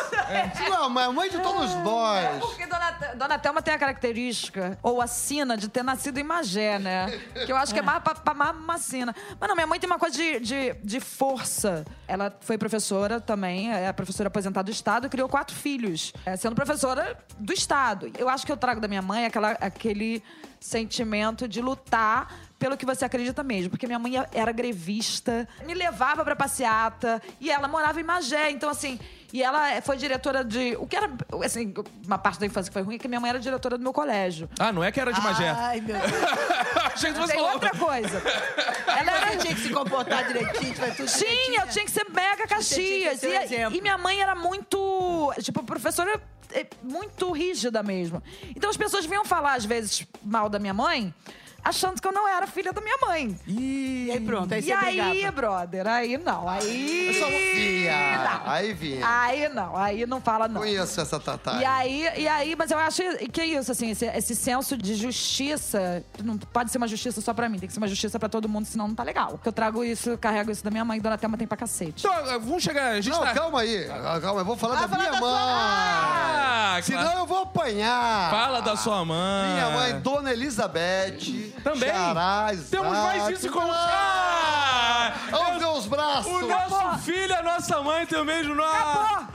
S2: Não, mas é mãe de todos nós.
S3: É Porque Dona, Te- Dona Thelma tem a característica, ou a sina, de ter nascido em Magé, né? Que eu acho que é mais pra- pra mais uma sina. Mas não, minha mãe tem uma coisa de, de, de força. Ela foi professora também, é professora aposentada do Estado, e criou quatro filhos, é, sendo professora do Estado. Eu acho que eu trago da minha mãe é aquela, aquele sentimento de lutar pelo que você acredita mesmo. Porque minha mãe é, era grevista, me levava pra passeata, e ela morava em Magé. Então, assim, e ela foi diretora de. O que era. Assim, uma parte da infância que foi ruim é que minha mãe era diretora do meu colégio.
S1: Ah, não é que era de Magé.
S6: Ai, meu Deus.
S1: (laughs) Achei que você
S3: Tem
S1: falou.
S3: outra
S6: (laughs)
S3: coisa. Ela era.
S6: Você tinha que se comportar direitinho, vai tudo
S3: Tinha, eu tinha que ser mega
S6: tinha que
S3: Caxias.
S6: ser um
S3: E-
S6: exemplo.
S3: e minha mãe era muito. Tipo, professora é, muito rígida mesmo. Então as pessoas vinham falar, às vezes, mal da minha mãe, achando que eu não era filha da minha mãe.
S6: E aí pronto, aí
S3: e
S6: você
S3: aí,
S6: brigava.
S3: brother, aí não, aí.
S2: Sofia!
S5: tá.
S2: Aí
S5: Ah.
S2: vinha.
S3: Aí não, aí não fala não.
S2: Conheço essa Tatá.
S3: E aí, e aí, mas eu acho que é isso, assim, esse, esse senso de justiça. Não pode ser uma justiça só pra mim, tem que ser uma justiça pra todo mundo, senão não tá legal. Porque eu trago isso, eu carrego isso da minha mãe, Dona Thelma tem pra cacete.
S1: Então, eh, vamos chegar. A gente
S2: Não,
S1: tá.
S2: calma aí. Calma, eu vou falar
S6: Ah,
S2: da
S6: falar
S5: tá
S2: minha
S6: da sua-
S2: mãe.
S1: Ah, claro.
S2: Senão eu vou apanhar.
S1: Fala da sua mãe.
S2: Minha mãe, Dona Elizabeth.
S1: Também.
S2: Xará,
S1: Temos mais isso em comum. Ah!
S2: Olha meus braços.
S1: O nosso filho, a nossa mãe tem um o mesmo nome.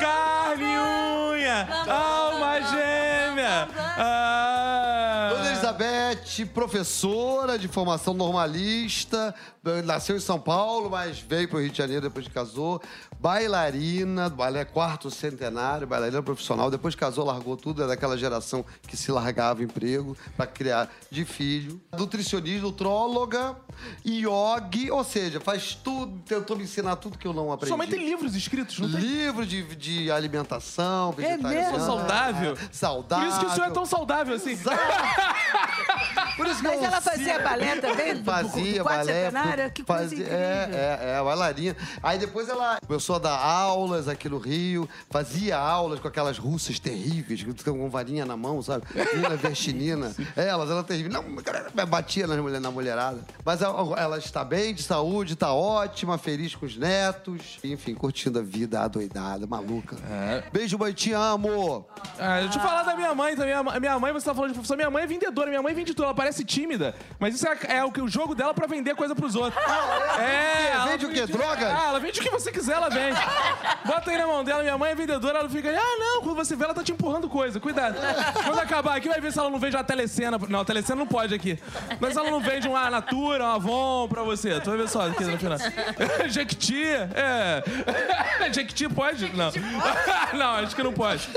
S1: Carne e unha. Alma gêmea. Ah.
S2: Dona Elizabeth, professora de formação normalista, nasceu em São Paulo, mas veio para o Rio de Janeiro depois que casou. Bailarina, balé quarto centenário, bailarina profissional. Depois que casou, largou tudo, é daquela geração que se largava emprego para criar de filho. Nutricionista, nutróloga, yogi, ou seja, faz tudo, tentou me ensinar tudo que eu não aprendi.
S1: Sua mãe tem livros escritos, não tem?
S2: Livro de, de alimentação, vegetariana.
S1: Sou É saudável. Por
S2: Saudável.
S1: isso que o senhor é tão saudável assim.
S2: Por isso que
S6: Mas
S2: eu
S6: ela fazia
S2: sigo.
S6: balé também? Do- do-
S2: Fazia,
S6: do quarto
S2: balé.
S6: centenário? Que coisa
S2: fazia-
S6: incrível.
S2: É, é, é, bailarina. Aí depois ela começou a dar aulas aqui no Rio, fazia aulas com aquelas russas terríveis, que ficam com varinha na mão, sabe? Nina
S6: (laughs)
S2: Vestinina. Elas, ela terrível. Não, batia nas mulher, na mulherada. Mas ela, ela está bem, de saúde, está ótima, feliz com os netos. Enfim, curtindo a vida adoidada, maluca.
S6: É.
S2: Beijo, mãe, te amo.
S1: Ah, deixa eu falar da minha mãe também. A ma- Minha mãe, você tá falando de professor. Minha mãe é vendedora, minha mãe vende tudo. Ela parece tímida, mas isso é, é o, que- o jogo dela pra vender coisa pros outros. É, Ah, ela
S2: Vende o quê? Drogas?
S1: Ah, ela vende o que você quiser, ela vende. Bota aí na mão dela, minha mãe é vendedora, ela fica ali, ah, não, quando você vê, ela tá te empurrando coisa, cuidado. Quando acabar aqui, vai ver se ela não vende uma telecena. Não, telecena não pode aqui. Mas se ela não vende uma Natura, uma Avon pra você. Tu vai ver só aqui no final. (laughs) Jequiti, é. (laughs) Jequiti pode? Não. (laughs) Não, acho que não pode.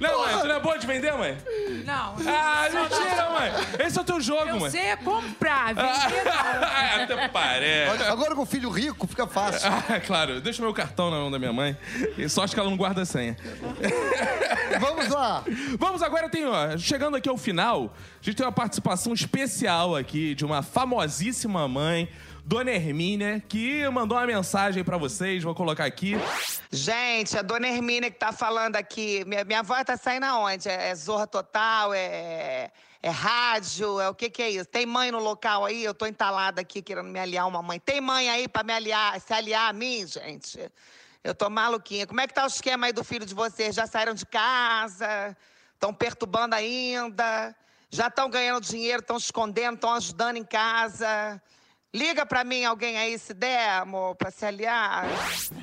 S1: Não, mãe, tu não é boa de vender, mãe?
S4: Não,
S1: Ah, mentira, mãe. Esse é o teu jogo,
S4: eu
S1: mãe.
S4: sei é comprar, vender não.
S1: Ah, (laughs) Até parece.
S2: Olha, Agora com o filho rico fica
S6: (laughs)
S2: fácil.
S1: (laughs) Ah, claro, deixa meu cartão na mão da minha mãe. E sorte que ela não guarda a senha.
S2: Vamos lá.
S1: Vamos agora, tem, ó, chegando aqui ao final, a gente tem uma participação especial aqui de uma famosíssima mãe, Dona Hermínia, que mandou uma mensagem pra vocês, vou colocar aqui.
S9: Gente, a dona Hermínia que tá falando aqui. Minha, minha voz tá saindo aonde? É, é zorra total? É, é rádio? É o que que é isso? Tem mãe no local aí? Eu tô entalada aqui querendo me aliar a uma mãe. Tem mãe aí pra me aliar, se aliar a mim, gente? Eu tô maluquinha. Como é que tá o esquema aí do filho de vocês? Já saíram de casa? Estão perturbando ainda? Já estão ganhando dinheiro, estão escondendo, estão ajudando em casa? Liga pra mim alguém aí, se der, amor, pra se aliar.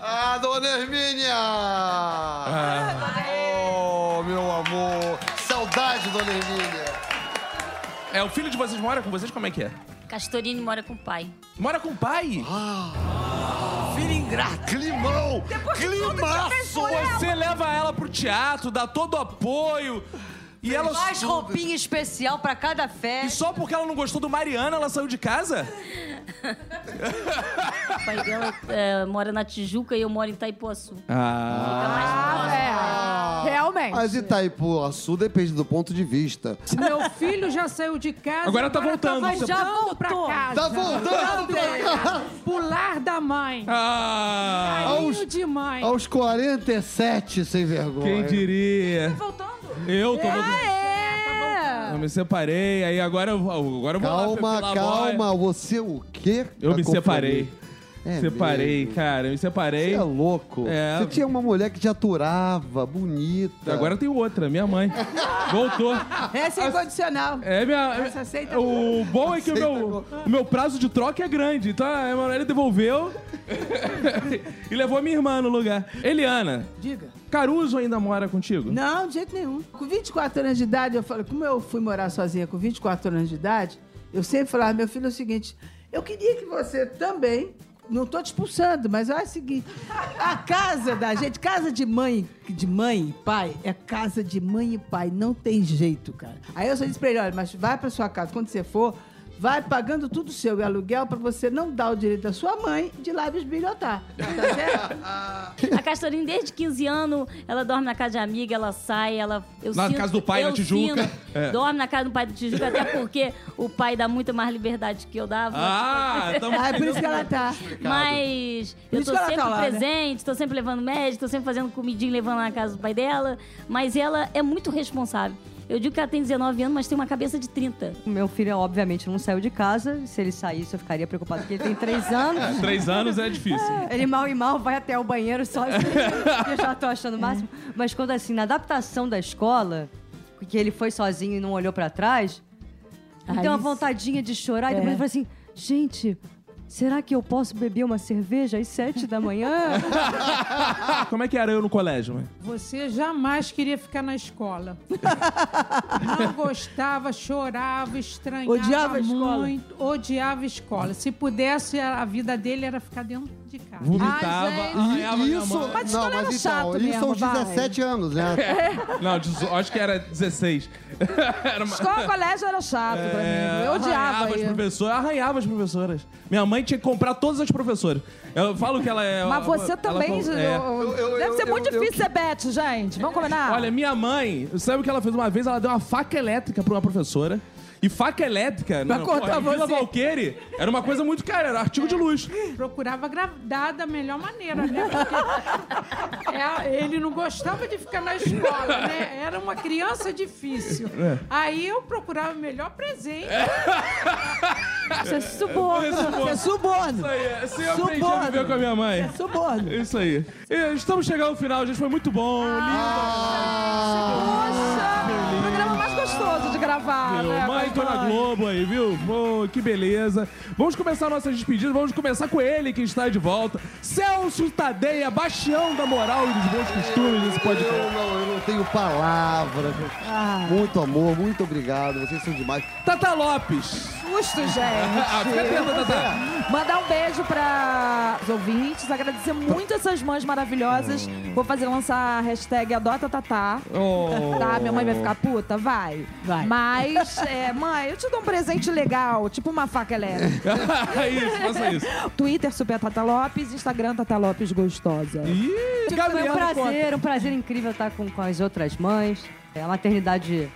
S2: Ah, dona Hermínia!
S1: Ah.
S2: Oh, meu amor! Saudade, dona Hermínia!
S1: É, o filho de vocês mora com vocês? Como é que é?
S7: Castorini mora com o pai.
S1: Mora com o pai?
S2: Filho ingrato! Climão! Climaço!
S1: é Você leva ela pro teatro, dá todo o apoio. E ela.
S5: Faz roupinha especial pra cada
S1: E
S5: festa.
S1: só porque ela não gostou do Mariana, ela saiu de casa?
S7: O pai dela (laughs) é, mora na Tijuca e eu moro em Itaipuaçu.
S1: Ah.
S4: Ah, é. Realmente.
S2: Mas Itaipuaçu depende do ponto de vista.
S4: Meu filho já saiu de casa.
S1: Agora tá voltando.
S4: Mas
S1: Você-
S4: já voltou. Pra casa.
S2: Tá voltando pra cá!
S4: Pular da mãe.
S1: Ah!
S4: Carinho
S2: aos-
S4: de mãe.
S2: Aos 47, sem vergonha.
S1: Quem diria? Você tá voltando? Eu tô voltando.
S2: tá
S4: É.
S1: Eu me separei, aí agora eu, agora eu vou lá.
S2: Calma,
S1: pela boia.
S2: calma, você o quê?
S1: Eu me
S2: Cacofonia.
S1: separei.
S2: É
S1: separei,
S2: mesmo?
S1: cara. Eu me separei.
S2: Você é louco.
S1: É.
S2: Você tinha uma mulher que te aturava, bonita.
S1: Agora tem outra, minha mãe. Voltou.
S6: Essa é incondicional.
S1: É minha.
S6: Essa aceita
S1: o bom é que o meu, o meu prazo de troca é grande. Então a Emanuele devolveu (laughs) e levou a minha irmã no lugar. Eliana,
S6: Diga.
S1: Caruso ainda mora contigo?
S6: Não, de jeito nenhum. Com 24 anos de idade, eu falei, como eu fui morar sozinha com 24 anos de idade, eu sempre falava, meu filho, é o seguinte, eu queria que você também. Não tô te expulsando, mas olha o seguinte. A casa da gente, casa de mãe, de mãe e pai, é casa de mãe e pai. Não tem jeito, cara. Aí eu só disse pra ele, olha, mas vai pra sua casa. Quando você for, Vai pagando tudo seu e aluguel pra você não dar o direito da sua mãe de lá bisbilhotar. Tá certo?
S7: A Castorinha, desde 15 anos, ela dorme na casa de amiga, ela sai, ela. Eu
S1: Na
S7: sinto-
S1: casa do pai,
S7: eu
S1: na Tijuca.
S7: sinto-
S1: É.
S7: Dorme na casa do pai do Tijuca, até porque o pai dá muito mais liberdade que eu dava.
S1: Ah,
S6: (laughs)
S1: tamo...
S6: Ah, é por isso que ela tá.
S7: Mas
S6: Por
S7: eu
S6: isso
S7: tô
S6: que ela
S7: sempre
S6: tá lá, né?
S7: presente, tô sempre levando médico, tô sempre fazendo comidinha e levando lá na casa do pai dela. Mas ela é muito responsável. Eu digo que ela tem 19 anos, mas tem uma cabeça de 30.
S5: O meu filho, obviamente, não saiu de casa. Se ele saísse, eu ficaria preocupada, porque ele tem (laughs) três anos.
S1: Três anos é difícil.
S5: Ele mal e mal vai até o banheiro sozinho. (laughs) eu já tô achando o máximo. Mas quando assim, na adaptação da escola, que ele foi sozinho e não olhou pra trás, me
S7: Aí
S5: deu uma
S7: sim.
S5: vontadinha de chorar. E
S7: É.
S5: depois eu falei assim, gente... Será que eu posso beber uma cerveja às sete da (laughs) manhã?
S1: Como é que era eu no colégio, mãe?
S4: Você jamais queria ficar
S3: (laughs)
S4: na escola. Não gostava, chorava, estranhava
S6: Odiava a escola.
S4: muito, odiava a escola. Se pudesse, a vida dele era ficar dentro de casa.
S1: Vomitava,
S3: Ah,
S1: (laughs) arranhava minha
S2: Isso,
S1: mão.
S6: Mas
S2: não, mas
S6: escola era
S2: então,
S6: chato
S2: isso
S6: mesmo,
S2: aos
S6: vai. É.
S2: 17 anos, né?
S1: Não, dezo- acho que era 16. (laughs) Era uma...
S3: Escola, colégio era chato É, pra mim. né? Eu odiava.
S1: É, arranhava as
S3: ia.
S1: professoras, arranhava as professoras. Minha mãe tinha que comprar todas as professoras. Eu falo que ela é.
S3: Mas você
S1: ela-
S3: também.
S1: ela-
S3: eu-
S1: é.
S3: eu-
S2: Eu- eu-
S3: Deve ser
S2: eu-
S3: muito
S2: eu-
S3: difícil ser Beth, gente. Vamos combinar?
S1: Olha, minha mãe, sabe o que ela fez uma vez? Ela deu uma faca elétrica pra uma professora. E faca elétrica,
S6: Pra
S1: não,
S6: cortar
S1: em Vila
S6: você.
S1: Valqueire, era uma coisa muito cara, era artigo de luxo.
S4: Procurava agradar da melhor maneira, né? Porque é, ele não gostava de ficar na escola, né? Era uma criança difícil.
S1: É.
S4: Aí eu procurava o melhor presente.
S5: Isso é suborno.
S1: Esse
S6: É
S1: moço-
S6: suborno.
S1: Isso aí, é- assim eu aprendi a
S6: Suborno.
S1: viver com a minha mãe.
S6: Suborno.
S1: Isso aí. E Estamos chegando ao final, gente. Foi muito bom.
S3: Ah. Poxa! O programa mais gostoso de gravar,
S4: Ah,
S1: lindo.
S3: né?
S1: Ah, Mãe,
S3: com
S1: tô
S3: as
S1: na
S3: mães.
S1: Globo aí, viu? Pô, que beleza. Vamos começar nossas despedidas. Vamos começar com ele que está de volta. Celso Tadeia, bastião da moral e dos bons costumes desse podcast.
S2: Eu não, eu não tenho palavras.
S6: Ah.
S2: Muito amor, muito obrigado. Vocês são demais.
S1: Tata Lopes.
S3: Susto,
S1: Ah, fica
S3: gente.
S1: atenta, Tata.
S3: Mandar um beijo para os ouvintes, agradecer muito essas mães maravilhosas. Vou fazer lançar a hashtag Adota Tatá.
S5: é.
S1: Oh. (laughs)
S3: Tá, minha mãe vai ficar puta? Vai.
S6: Vai.
S3: Mas, é, mãe, eu te dou um presente legal, tipo uma faca elétrica.
S1: É isso, faça isso.
S3: Twitter, super Tata Lopes, Instagram, Tata Lopes Gostosa.
S1: Ih,
S5: Foi um
S1: Gabriela Costa.
S5: prazer, um prazer incrível estar com, com as outras mães. É, A maternidade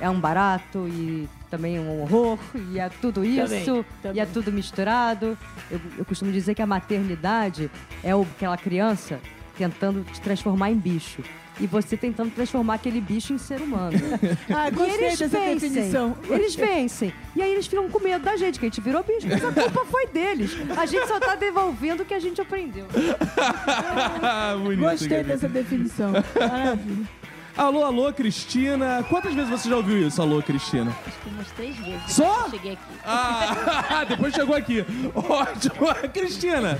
S5: é um barato e também um horror, (laughs) e é tudo isso, e é tudo misturado. Eu, eu costumo dizer que a maternidade é o- aquela criança tentando te transformar em bicho. E você tentando transformar aquele bicho em ser humano.
S6: (laughs) Ah,
S5: E
S6: gostei
S5: eles
S6: dessa definição.
S5: vencem. Eles vencem. E aí eles ficam com medo da gente, que a gente virou bicho. Mas a culpa foi deles. A gente só tá devolvendo o que a gente aprendeu.
S1: (laughs) Ah, Bonito,
S6: Gostei
S1: Gabi.
S6: dessa definição. Maravilha.
S1: Alô, alô, Cristina. Quantas vezes você já ouviu isso? Alô, Cristina.
S7: Acho que umas três vezes.
S1: Só?
S7: Eu Cheguei aqui.
S1: Ah, (laughs) depois chegou aqui. Ótimo. Cristina,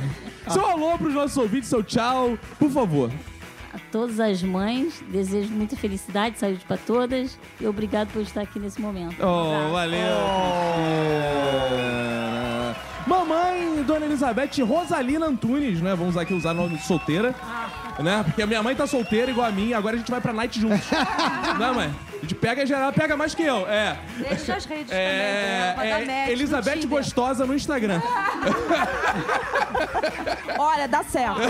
S1: seu alô pros nossos ouvintes, seu tchau, por favor.
S7: A todas as mães, desejo muita felicidade, saúde pra todas e obrigado por estar aqui nesse momento.
S1: Oh, valeu. Cristina. Mamãe, Dona Elizabeth Rosalina Antunes, né? Vamos aqui usar o nome de solteira,
S5: Ah.
S1: né? Porque a minha mãe tá solteira igual a mim, agora a gente vai pra night
S5: (laughs)
S1: juntos. né, mãe? A gente pega geral, pega mais que eu, é.
S5: Deixa as redes
S1: É,
S5: também,
S1: é, Elizabeth Gostosa no Instagram.
S3: Olha, dá certo.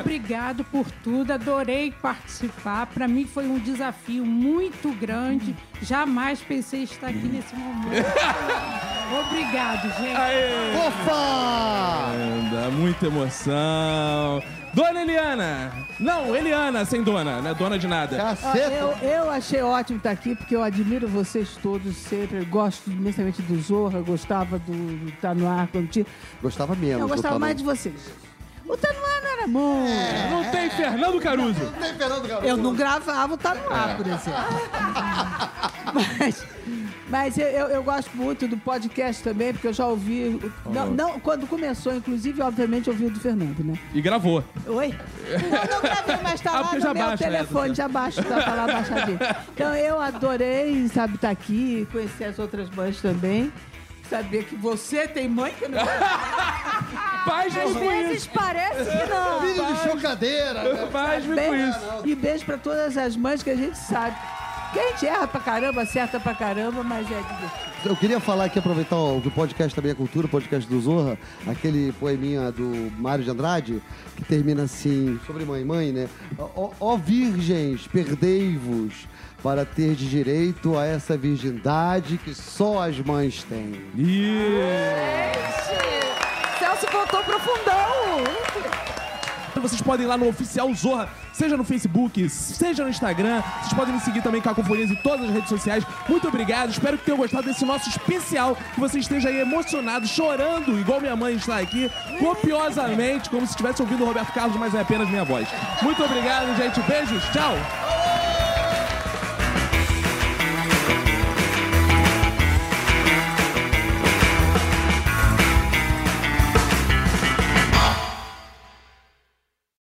S4: Obrigado por tudo, adorei participar. Para mim foi um desafio muito grande. Jamais pensei estar aqui
S1: (laughs)
S4: nesse momento. Obrigado, gente.
S1: Aê!
S6: Ah,
S2: Opa!
S1: Anda, muita emoção. Dona Eliana! Não, Eliana, sem dona, não é dona de nada.
S2: Caceta!
S6: Eu, eu achei ótimo estar aqui, porque eu admiro vocês todos sempre. Eu gosto imensamente do Zorra, gostava do, do Tá No Ar quando tinha.
S2: Gostava mesmo. do
S6: Eu gostava
S2: Tanu.
S6: mais de vocês. O Tá No Ar não era bom.
S1: Não tem Fernando Caruso.
S2: Tem Fernando Garoto.
S6: É, Eu não gravava o Tá No Ar, por (laughs) exemplo. Mas, mas eu, eu- eu gosto muito do podcast também, porque eu já ouvi... o- Não, não, quando começou, inclusive, obviamente, eu ouvi o do Fernando, né?
S1: E gravou.
S6: Oi? Não, não gravei, mas tá
S1: Ah,
S6: lá
S1: porque
S6: no
S1: já
S6: meu
S1: baixa, né,
S6: telefone,
S1: Dudu?
S6: já baixo, tá, tá lá baixadinho. Então eu adorei, sabe, estar aqui, conhecer as outras mães também. Saber que você tem mãe que não é
S1: Paz me
S5: Às
S1: com isso.
S5: vezes parece que não.
S2: Filho de chocadeira! né?
S1: Paz me com
S6: Bem,
S1: isso.
S6: E beijo pra todas as mães que a gente sabe Que a gente erra pra caramba, acerta pra caramba, mas é divertido.
S2: Eu queria falar aqui, aproveitar o que o podcast também é cultura, o podcast do Zorra, aquele poeminha do Mário de Andrade, que termina assim, sobre mãe, mãe, né? Ó, ó virgens, perdei-vos para ter de direito a essa virgindade que só as mães têm.
S3: Celso voltou profundão.
S1: Então vocês podem ir lá no Oficial Zorra, seja no Facebook, seja no Instagram. Vocês podem me seguir também, Cacofonias, em todas as redes sociais. Muito obrigado, espero que tenham gostado desse nosso especial. Que você esteja aí emocionado, chorando, igual minha mãe está aqui, copiosamente, como se estivesse ouvindo o Roberto Carlos, mas é apenas minha voz. Muito obrigado, gente. Beijos, tchau!